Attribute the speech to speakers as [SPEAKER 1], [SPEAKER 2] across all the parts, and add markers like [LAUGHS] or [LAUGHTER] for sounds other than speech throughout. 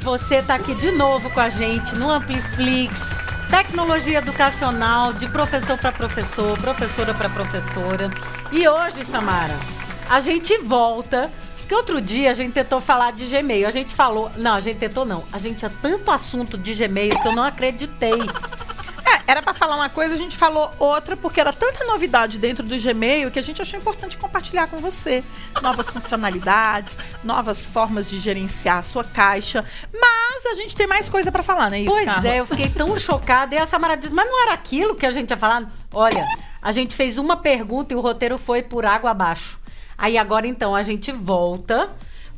[SPEAKER 1] você estar aqui de novo com a gente no Ampliflix. Tecnologia educacional de professor para professor, professora para professora. E hoje, Samara, a gente volta. Porque outro dia a gente tentou falar de Gmail. A gente falou. Não, a gente tentou não. A gente tinha tanto assunto de Gmail que eu não acreditei.
[SPEAKER 2] É, era pra falar uma coisa, a gente falou outra, porque era tanta novidade dentro do Gmail que a gente achou importante compartilhar com você. Novas funcionalidades, novas formas de gerenciar a sua caixa. Mas a gente tem mais coisa pra falar, não é isso,
[SPEAKER 1] Pois
[SPEAKER 2] Carla?
[SPEAKER 1] é, eu fiquei
[SPEAKER 2] [LAUGHS]
[SPEAKER 1] tão chocada. E a Samara disse, mas não era aquilo que a gente ia falar? Olha, a gente fez uma pergunta e o roteiro foi por água abaixo. Aí agora então a gente volta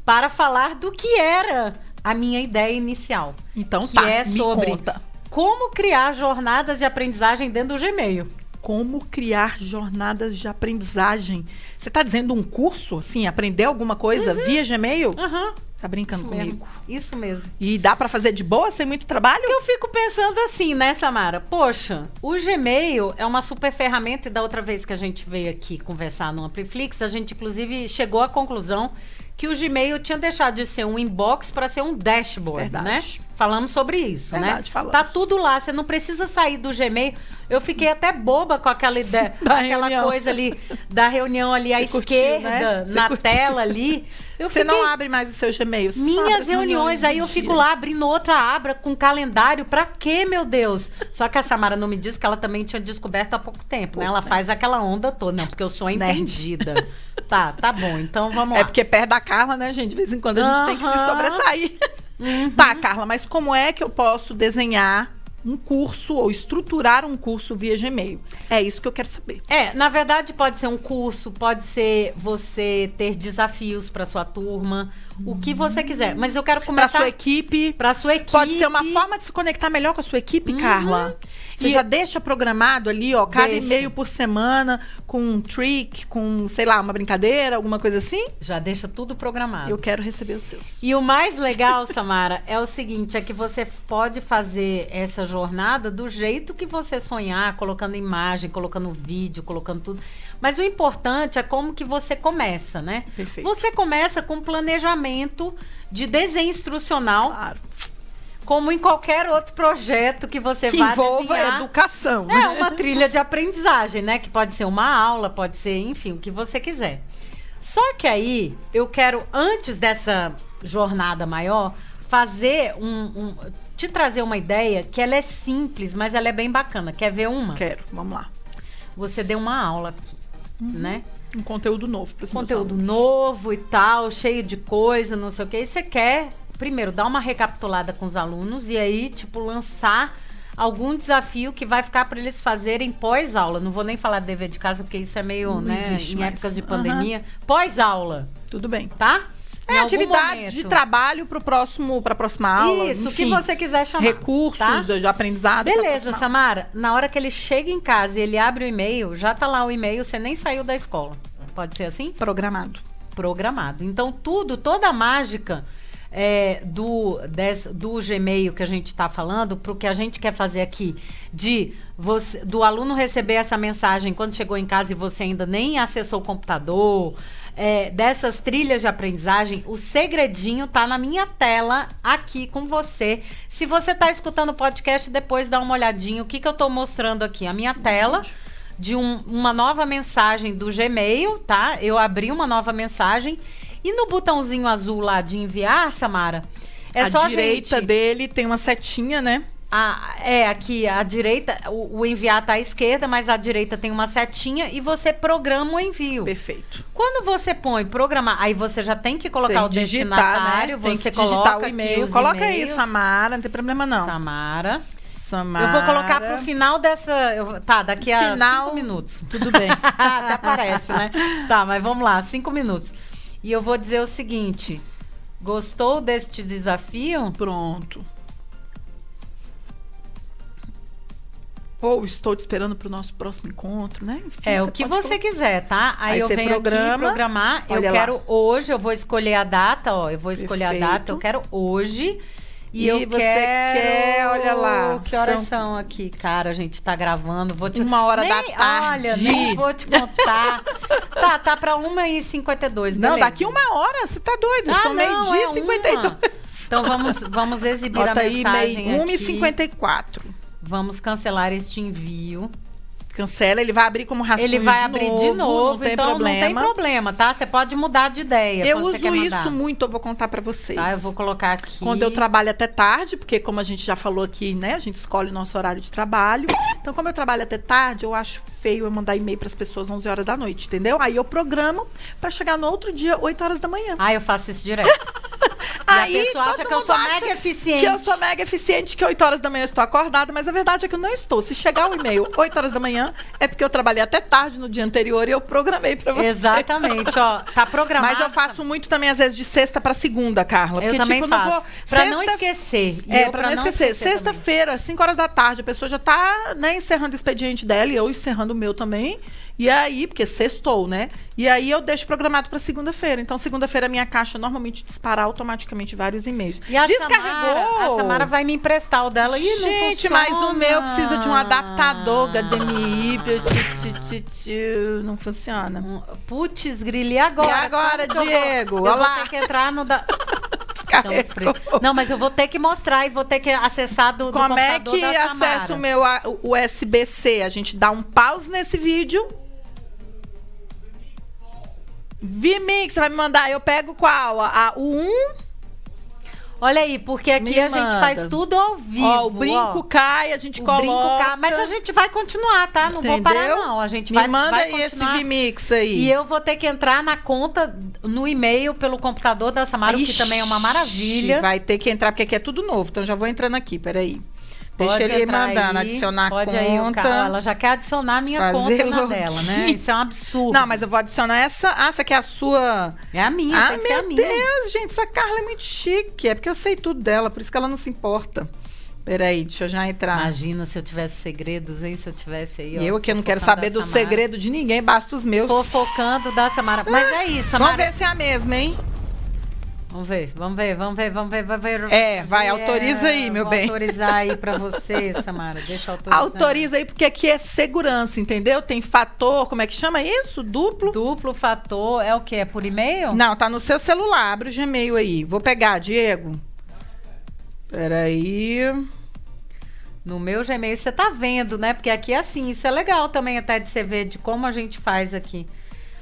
[SPEAKER 1] para falar do que era a minha ideia inicial.
[SPEAKER 2] Então
[SPEAKER 1] que
[SPEAKER 2] tá,
[SPEAKER 1] é
[SPEAKER 2] me
[SPEAKER 1] sobre
[SPEAKER 2] conta.
[SPEAKER 1] como criar jornadas de aprendizagem dentro do Gmail.
[SPEAKER 2] Como criar jornadas de aprendizagem. Você tá dizendo um curso, assim, aprender alguma coisa via Gmail?
[SPEAKER 1] Aham.
[SPEAKER 2] Tá brincando
[SPEAKER 1] Uhum. Isso
[SPEAKER 2] comigo.
[SPEAKER 1] mesmo. Isso mesmo.
[SPEAKER 2] E dá pra fazer de boa, sem muito trabalho?
[SPEAKER 1] Eu fico pensando assim, né, Samara? Poxa, o Gmail é uma super ferramenta e da outra vez que a gente veio aqui conversar no Ampliflix, a gente inclusive chegou à conclusão que o Gmail tinha deixado de ser um inbox para ser um dashboard,
[SPEAKER 2] Verdade.
[SPEAKER 1] né? Falamos sobre isso,
[SPEAKER 2] Verdade,
[SPEAKER 1] né?
[SPEAKER 2] falamos.
[SPEAKER 1] Tá tudo lá, você não precisa sair do Gmail. Eu fiquei até boba com aquela ideia, com
[SPEAKER 2] [LAUGHS] Da
[SPEAKER 1] aquela
[SPEAKER 2] reunião.
[SPEAKER 1] coisa ali da reunião ali à
[SPEAKER 2] Você curtiu,
[SPEAKER 1] esquerda,
[SPEAKER 2] né? Você
[SPEAKER 1] na
[SPEAKER 2] curtiu.
[SPEAKER 1] tela ali. Eu
[SPEAKER 2] Você não
[SPEAKER 1] fiquei-
[SPEAKER 2] abre mais o seu Gmail. você só abre
[SPEAKER 1] minhas
[SPEAKER 2] as
[SPEAKER 1] reuniões, aí eu
[SPEAKER 2] é mentira.
[SPEAKER 1] fico lá abrindo outra abra com calendário, pra quê, meu Deus? Só que a Samara não me disse que ela também tinha descoberto há pouco tempo, né? Ela faz aquela onda toda, não, porque eu sou
[SPEAKER 2] Nerd.
[SPEAKER 1] entendida. tá, tá bom, então vamos lá.
[SPEAKER 2] Né? É porque perto da Carla, né, gente? De vez em quando a gente tem que se
[SPEAKER 1] Aham.
[SPEAKER 2] sobressair. Tá, Carla, mas como é que eu posso desenhar um curso ou estruturar um curso via Gmail? É isso que eu quero saber.
[SPEAKER 1] É, na verdade pode ser um curso, pode ser você ter desafios pra sua turma, o que você quiser. Mas eu quero
[SPEAKER 2] Para
[SPEAKER 1] começar
[SPEAKER 2] sua equipe,
[SPEAKER 1] pra sua equipe.
[SPEAKER 2] Pode ser uma forma de se conectar melhor com a sua equipe, Carla. Você
[SPEAKER 1] E-
[SPEAKER 2] já deixa programado ali, ó, cada
[SPEAKER 1] Deixa.
[SPEAKER 2] e-mail por semana, com um trick, com, sei lá, uma brincadeira, alguma coisa assim.
[SPEAKER 1] Já deixa tudo programado.
[SPEAKER 2] Eu quero receber os seus.
[SPEAKER 1] E o mais legal, Samara, é o seguinte: é que você pode fazer essa jornada do jeito que você sonhar, colocando imagem, colocando vídeo, colocando tudo. Mas o importante é como que você começa, né?
[SPEAKER 2] Perfeito.
[SPEAKER 1] Você começa com planejamento de desenho instrucional,
[SPEAKER 2] Claro.
[SPEAKER 1] como em qualquer outro projeto que você
[SPEAKER 2] Que
[SPEAKER 1] vá
[SPEAKER 2] envolva
[SPEAKER 1] desenhar.
[SPEAKER 2] educação.
[SPEAKER 1] É uma trilha de aprendizagem, né? Que pode ser uma aula, pode ser, enfim, o que você quiser. Só que aí eu quero, antes dessa jornada maior, fazer um. um- te trazer uma ideia que ela é simples, mas ela é bem bacana. Quer ver uma?
[SPEAKER 2] Quero, vamos lá.
[SPEAKER 1] Você deu uma aula aqui, né?
[SPEAKER 2] Um conteúdo novo para os
[SPEAKER 1] Conteúdo novo e tal, cheio de coisa, não sei o quê. E você quer, primeiro, dar uma recapitulada com os alunos e aí, tipo, lançar algum desafio que vai ficar para eles fazerem pós-aula. Não vou nem falar de dever de casa, porque isso é meio,
[SPEAKER 2] Não
[SPEAKER 1] né,
[SPEAKER 2] existe
[SPEAKER 1] em
[SPEAKER 2] mais.
[SPEAKER 1] épocas de
[SPEAKER 2] Aham.
[SPEAKER 1] pandemia. Pós-aula,
[SPEAKER 2] Tudo bem.
[SPEAKER 1] tá? Em
[SPEAKER 2] É,
[SPEAKER 1] algum
[SPEAKER 2] atividades de
[SPEAKER 1] momento.
[SPEAKER 2] trabalho para próximo, para próxima aula.
[SPEAKER 1] Isso, o que
[SPEAKER 2] enfim.
[SPEAKER 1] você quiser chamar.
[SPEAKER 2] Recursos
[SPEAKER 1] tá?
[SPEAKER 2] de aprendizado. pra
[SPEAKER 1] Beleza,
[SPEAKER 2] próxima
[SPEAKER 1] Samara. Na hora que ele chega em casa e ele abre o e-mail, já tá lá o e-mail, você nem saiu da escola. Pode ser assim?
[SPEAKER 2] aula. Programado.
[SPEAKER 1] programado. Então, tudo, toda a mágica é, do, des- do Gmail que a gente está falando, para o que a gente quer fazer aqui, de você, do aluno receber essa mensagem quando chegou em casa e você ainda nem acessou o computador, é, dessas trilhas de aprendizagem, o segredinho tá na minha tela aqui com você. Se você está escutando o podcast, depois dá uma olhadinha. O que, que eu estou mostrando aqui? A minha tela de um- uma nova mensagem do Gmail, tá? Eu abri uma nova mensagem e no botãozinho azul lá de enviar, Samara, é
[SPEAKER 2] à
[SPEAKER 1] só a
[SPEAKER 2] direita
[SPEAKER 1] gente.
[SPEAKER 2] dele tem uma setinha, né?
[SPEAKER 1] A- é, aqui à direita, o, o enviar tá à esquerda, mas à direita tem uma setinha e você programa o envio.
[SPEAKER 2] Perfeito.
[SPEAKER 1] Quando você põe programar, aí você já tem que colocar
[SPEAKER 2] Tem que
[SPEAKER 1] o
[SPEAKER 2] digitar,
[SPEAKER 1] destinatário,
[SPEAKER 2] né? Tem
[SPEAKER 1] você
[SPEAKER 2] que digitar
[SPEAKER 1] coloca
[SPEAKER 2] o
[SPEAKER 1] aqui
[SPEAKER 2] e-mail.
[SPEAKER 1] os
[SPEAKER 2] Coloca aí,
[SPEAKER 1] e-mails.
[SPEAKER 2] Samara, não tem problema não.
[SPEAKER 1] Samara.
[SPEAKER 2] Samara.
[SPEAKER 1] Eu vou colocar pro final dessa. eu- tá, daqui a
[SPEAKER 2] Final-
[SPEAKER 1] cinco minutos.
[SPEAKER 2] Tudo bem. [LAUGHS]
[SPEAKER 1] [LAUGHS] Até parece, né? Tá, mas vamos lá, cinco minutos. E eu vou dizer o seguinte: gostou deste desafio?
[SPEAKER 2] Pronto. Ou estou te esperando pro nosso próximo encontro, né? Enfim,
[SPEAKER 1] É, o que
[SPEAKER 2] pode
[SPEAKER 1] você quiser, tá? Aí,
[SPEAKER 2] Aí
[SPEAKER 1] eu
[SPEAKER 2] você
[SPEAKER 1] venho aqui
[SPEAKER 2] programa,
[SPEAKER 1] programar. Eu
[SPEAKER 2] olha lá.
[SPEAKER 1] quero hoje, eu vou escolher a data, ó. Eu vou escolher a data,
[SPEAKER 2] Perfeito.
[SPEAKER 1] eu quero hoje. E,
[SPEAKER 2] E
[SPEAKER 1] eu
[SPEAKER 2] você
[SPEAKER 1] quero...
[SPEAKER 2] quer, olha lá,
[SPEAKER 1] Que horas
[SPEAKER 2] são-
[SPEAKER 1] são aqui? Cara, a gente tá gravando. Vou te...
[SPEAKER 2] Uma hora
[SPEAKER 1] nem,
[SPEAKER 2] da tarde.
[SPEAKER 1] Olha, nem vou te contar. tá, tá pra 1h52,
[SPEAKER 2] Não,
[SPEAKER 1] beleza.
[SPEAKER 2] daqui uma hora, você tá doido.
[SPEAKER 1] Ah, não,
[SPEAKER 2] São meio-dia
[SPEAKER 1] é
[SPEAKER 2] e 52.
[SPEAKER 1] Então vamos, vamos exibir
[SPEAKER 2] Bota
[SPEAKER 1] a
[SPEAKER 2] aí
[SPEAKER 1] mensagem
[SPEAKER 2] meio
[SPEAKER 1] aqui.
[SPEAKER 2] 1h54.
[SPEAKER 1] Vamos cancelar este envio.
[SPEAKER 2] Cancela, ele vai abrir como rascunho
[SPEAKER 1] Ele vai
[SPEAKER 2] Tá de
[SPEAKER 1] abrir
[SPEAKER 2] novo,
[SPEAKER 1] de novo,
[SPEAKER 2] não tem
[SPEAKER 1] então
[SPEAKER 2] problema.
[SPEAKER 1] não tem problema, tá? Você pode mudar de ideia.
[SPEAKER 2] Eu
[SPEAKER 1] quando você
[SPEAKER 2] uso
[SPEAKER 1] quer
[SPEAKER 2] isso
[SPEAKER 1] mandar,
[SPEAKER 2] muito, eu vou contar pra vocês.
[SPEAKER 1] Tá, eu vou colocar aqui.
[SPEAKER 2] Quando eu trabalho até tarde, porque como a gente já falou aqui, né, a gente escolhe o nosso horário de trabalho. Então, como eu trabalho até tarde, eu acho feio eu mandar e-mail pras pessoas 11 horas da noite, entendeu? Aí eu programo pra chegar no outro dia 8 horas da manhã.
[SPEAKER 1] Ah, eu faço isso
[SPEAKER 2] [LAUGHS]
[SPEAKER 1] direto. E
[SPEAKER 2] Aí,
[SPEAKER 1] a pessoa acha
[SPEAKER 2] todo
[SPEAKER 1] que eu sou
[SPEAKER 2] mundo acha
[SPEAKER 1] mega eficiente.
[SPEAKER 2] Que eu sou mega eficiente, que 8 horas da manhã eu estou acordada, mas a verdade é que eu não estou. Se chegar
[SPEAKER 1] [LAUGHS]
[SPEAKER 2] um e-mail 8 horas da manhã, é porque eu trabalhei até tarde no dia anterior e eu programei pra você.
[SPEAKER 1] Exatamente, ó. Tá programado.
[SPEAKER 2] Mas eu faço muito também, às vezes, de sexta pra segunda, Carla.
[SPEAKER 1] Eu
[SPEAKER 2] porque,
[SPEAKER 1] também
[SPEAKER 2] tipo, eu
[SPEAKER 1] faço.
[SPEAKER 2] não vou.
[SPEAKER 1] Pra não
[SPEAKER 2] Sexta-
[SPEAKER 1] esquecer. E
[SPEAKER 2] É,
[SPEAKER 1] eu
[SPEAKER 2] pra não esquecer. Sexta-feira, 5 horas da tarde, a pessoa já tá né, encerrando o expediente dela e eu encerrando o meu também. E aí, porque sextou, né? E aí eu deixo programado pra segunda-feira. Então, segunda-feira, a minha caixa normalmente dispara automaticamente vários e-mails.
[SPEAKER 1] E a
[SPEAKER 2] Descarregou!
[SPEAKER 1] Samara, a Samara vai me emprestar o dela. Ih, não
[SPEAKER 2] Gente,
[SPEAKER 1] funciona.
[SPEAKER 2] mas o meu precisa de um adaptador HDMI. tchu, tchu, tchu, tchu, Não funciona.
[SPEAKER 1] Um- Putz, grili, e agora?
[SPEAKER 2] E
[SPEAKER 1] Como
[SPEAKER 2] agora,
[SPEAKER 1] que eu vou-
[SPEAKER 2] Diego?
[SPEAKER 1] Eu vou,
[SPEAKER 2] Olha lá.
[SPEAKER 1] ter que entrar no...
[SPEAKER 2] [LAUGHS]
[SPEAKER 1] Da... Estamos
[SPEAKER 2] Descarregou.
[SPEAKER 1] presos. Não, mas eu vou ter que mostrar e vou ter que acessar do, do
[SPEAKER 2] Como é
[SPEAKER 1] computador
[SPEAKER 2] que
[SPEAKER 1] da Samara.
[SPEAKER 2] acessa o meu a- o USB-C? A gente dá um pause nesse vídeo. Vimix, você vai me mandar. Eu pego qual? A, um? a- o 1.
[SPEAKER 1] Olha aí, porque aqui
[SPEAKER 2] Me
[SPEAKER 1] a gente
[SPEAKER 2] manda.
[SPEAKER 1] faz tudo ao vivo.
[SPEAKER 2] ó, o brinco cai, a gente
[SPEAKER 1] ó. O
[SPEAKER 2] coloca.
[SPEAKER 1] brinco cá, mas a gente vai continuar, tá? Não vou parar,
[SPEAKER 2] Entendeu?
[SPEAKER 1] não. A gente
[SPEAKER 2] Me
[SPEAKER 1] vai,
[SPEAKER 2] manda
[SPEAKER 1] vai
[SPEAKER 2] aí esse
[SPEAKER 1] continuar.
[SPEAKER 2] Vimix aí.
[SPEAKER 1] E eu vou ter que entrar na conta, no e-mail, pelo computador da Samara, o que
[SPEAKER 2] Ixi,
[SPEAKER 1] também é uma maravilha.
[SPEAKER 2] Vai ter que entrar, porque aqui é tudo novo. Então já vou entrando aqui, peraí. Deixa
[SPEAKER 1] Pode
[SPEAKER 2] ele
[SPEAKER 1] entrar
[SPEAKER 2] mandando,
[SPEAKER 1] aí,
[SPEAKER 2] adicionar a
[SPEAKER 1] pode
[SPEAKER 2] conta.
[SPEAKER 1] Aí, o cara. Ela já quer adicionar a minha
[SPEAKER 2] Fazer
[SPEAKER 1] conta na
[SPEAKER 2] login.
[SPEAKER 1] dela, né? Isso é um absurdo.
[SPEAKER 2] Não, mas eu vou adicionar essa. Ah, essa aqui é a sua.
[SPEAKER 1] É a minha,
[SPEAKER 2] Ah,
[SPEAKER 1] tem que ser a
[SPEAKER 2] meu
[SPEAKER 1] minha.
[SPEAKER 2] Deus, gente, essa Carla é muito chique. É porque eu sei tudo dela, por isso que ela não se importa. Peraí, deixa eu já entrar.
[SPEAKER 1] Imagina se eu tivesse segredos, hein? Se eu tivesse aí, ó.
[SPEAKER 2] eu que não quero
[SPEAKER 1] fofocando
[SPEAKER 2] saber
[SPEAKER 1] da
[SPEAKER 2] do
[SPEAKER 1] Samara.
[SPEAKER 2] segredo de ninguém, basta os meus.
[SPEAKER 1] Fofocando da Samara. Mas é isso,
[SPEAKER 2] Vamos
[SPEAKER 1] Samara.
[SPEAKER 2] ver se é a mesma, hein?
[SPEAKER 1] Vamos ver, vamos ver, vamos ver, vamos ver, vamos ver.
[SPEAKER 2] É, vai, autoriza aí, meu
[SPEAKER 1] vou
[SPEAKER 2] bem.
[SPEAKER 1] autorizar aí pra você, Samara. Deixa
[SPEAKER 2] [LAUGHS]
[SPEAKER 1] eu autorizar.
[SPEAKER 2] Autoriza aí, porque aqui é segurança, entendeu? Tem fator, como é que chama isso? Duplo?
[SPEAKER 1] Duplo fator é o quê? É por e-mail?
[SPEAKER 2] Não, tá no seu celular. Abre o Gmail aí. Vou pegar, Diego. Peraí.
[SPEAKER 1] No meu Gmail, você tá vendo, né? Porque aqui é assim, isso é legal também até de você ver de como a gente faz aqui.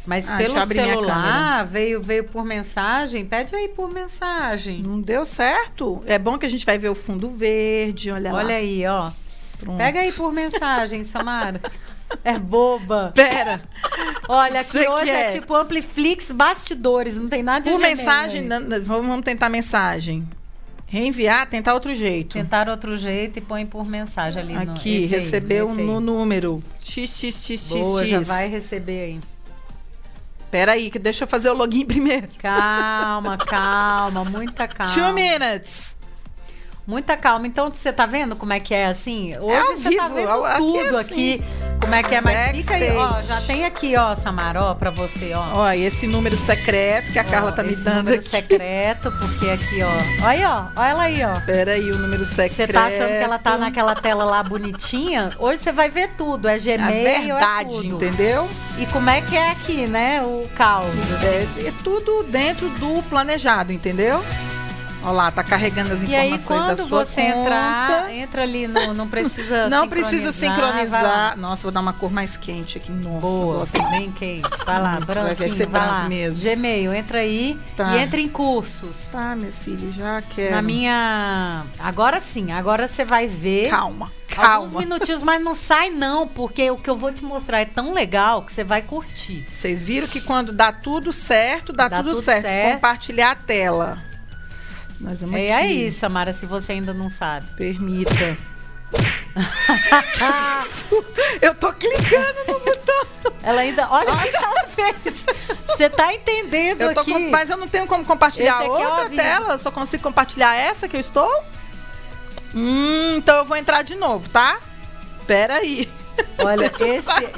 [SPEAKER 1] Mas
[SPEAKER 2] Ah, deixa eu
[SPEAKER 1] pelo
[SPEAKER 2] abrir minha
[SPEAKER 1] celular, veio, veio por mensagem, pede aí por mensagem.
[SPEAKER 2] Não deu certo? É bom que a gente vai ver o fundo verde, olha, lá.
[SPEAKER 1] Olha aí, ó.
[SPEAKER 2] Pronto.
[SPEAKER 1] Pega aí por mensagem, Samara.
[SPEAKER 2] [LAUGHS]
[SPEAKER 1] É boba.
[SPEAKER 2] Pera.
[SPEAKER 1] Olha, aqui
[SPEAKER 2] Você que
[SPEAKER 1] hoje é.
[SPEAKER 2] é.
[SPEAKER 1] tipo Ampliflix bastidores, não tem nada de
[SPEAKER 2] Por
[SPEAKER 1] Gmail
[SPEAKER 2] mensagem,
[SPEAKER 1] aí.
[SPEAKER 2] na- na- vamos vamos tentar mensagem. Reenviar, tentar outro jeito.
[SPEAKER 1] Tentar outro jeito e põe por mensagem ali no
[SPEAKER 2] Aqui,
[SPEAKER 1] esse aí,
[SPEAKER 2] recebeu um
[SPEAKER 1] esse aí.
[SPEAKER 2] no número. XXXX.
[SPEAKER 1] Boa, já vai receber aí.
[SPEAKER 2] Pera aí, que deixa eu fazer o login [LAUGHS] primeiro.
[SPEAKER 1] Calma, calma, muita calma.
[SPEAKER 2] Two minutes.
[SPEAKER 1] Muita calma. Então, você tá vendo como é que é assim? Hoje
[SPEAKER 2] ao
[SPEAKER 1] você tá
[SPEAKER 2] vivo,
[SPEAKER 1] vendo
[SPEAKER 2] ao- aqui
[SPEAKER 1] tudo
[SPEAKER 2] é
[SPEAKER 1] aqui,
[SPEAKER 2] assim.
[SPEAKER 1] Como é que é? Mas fica aí, ó.
[SPEAKER 2] Backstage.
[SPEAKER 1] Já tem aqui, ó, Samara, ó, pra você, ó.
[SPEAKER 2] Ó, e esse número secreto que a Carla
[SPEAKER 1] Ó,
[SPEAKER 2] tá me
[SPEAKER 1] esse
[SPEAKER 2] dando
[SPEAKER 1] número
[SPEAKER 2] aqui.
[SPEAKER 1] secreto, porque aqui, ó. Olha aí, ó. Olha ela aí, ó.
[SPEAKER 2] Pera aí, o número secreto.
[SPEAKER 1] Você tá achando que ela tá naquela tela lá bonitinha? Hoje você vai ver tudo. É
[SPEAKER 2] É
[SPEAKER 1] Gmail, é
[SPEAKER 2] verdade,
[SPEAKER 1] tudo.
[SPEAKER 2] entendeu?
[SPEAKER 1] E como é que é aqui, né? O caos. assim.
[SPEAKER 2] É, é tudo dentro do planejado, entendeu? Olha lá, tá carregando as
[SPEAKER 1] E aí,
[SPEAKER 2] informações
[SPEAKER 1] quando
[SPEAKER 2] da sua
[SPEAKER 1] você
[SPEAKER 2] conta.
[SPEAKER 1] entrar, entra ali, no, não precisa
[SPEAKER 2] Não precisa
[SPEAKER 1] vai lá.
[SPEAKER 2] sincronizar. Nossa, vou dar uma cor mais quente aqui. Nossa,
[SPEAKER 1] Boa,
[SPEAKER 2] gosto muito.
[SPEAKER 1] bem quente. Vai lá,
[SPEAKER 2] Muito,
[SPEAKER 1] branquinho,
[SPEAKER 2] vai
[SPEAKER 1] vai,
[SPEAKER 2] ser branco
[SPEAKER 1] lá.
[SPEAKER 2] mesmo.
[SPEAKER 1] Gmail, entra aí
[SPEAKER 2] Tá. É.
[SPEAKER 1] e entra em cursos.
[SPEAKER 2] Tá, meu filho, já quero.
[SPEAKER 1] Na minha... Agora sim, agora você vai ver...
[SPEAKER 2] Calma,
[SPEAKER 1] Alguns
[SPEAKER 2] calma.
[SPEAKER 1] minutinhos, mas não sai não, porque o que eu vou te mostrar é tão legal que você vai curtir.
[SPEAKER 2] Vocês viram que quando dá tudo certo, dá,
[SPEAKER 1] Dá
[SPEAKER 2] tudo,
[SPEAKER 1] tudo
[SPEAKER 2] certo.
[SPEAKER 1] certo.
[SPEAKER 2] Compartilhar a tela. Nós vamos
[SPEAKER 1] É
[SPEAKER 2] aqui.
[SPEAKER 1] aí, Samara, se você ainda não sabe.
[SPEAKER 2] Permita. Eu tô clicando no botão.
[SPEAKER 1] Ah, Ela ainda... Olha o que que ela fez. Você tá entendendo
[SPEAKER 2] Eu tô
[SPEAKER 1] aqui.
[SPEAKER 2] com- mas eu não tenho como compartilhar
[SPEAKER 1] Esse aqui é ao
[SPEAKER 2] outra
[SPEAKER 1] vivo.
[SPEAKER 2] tela. Eu só consigo compartilhar essa que eu estou. Hum, então eu vou entrar de novo, tá? Pera aí.
[SPEAKER 1] Olha, esse,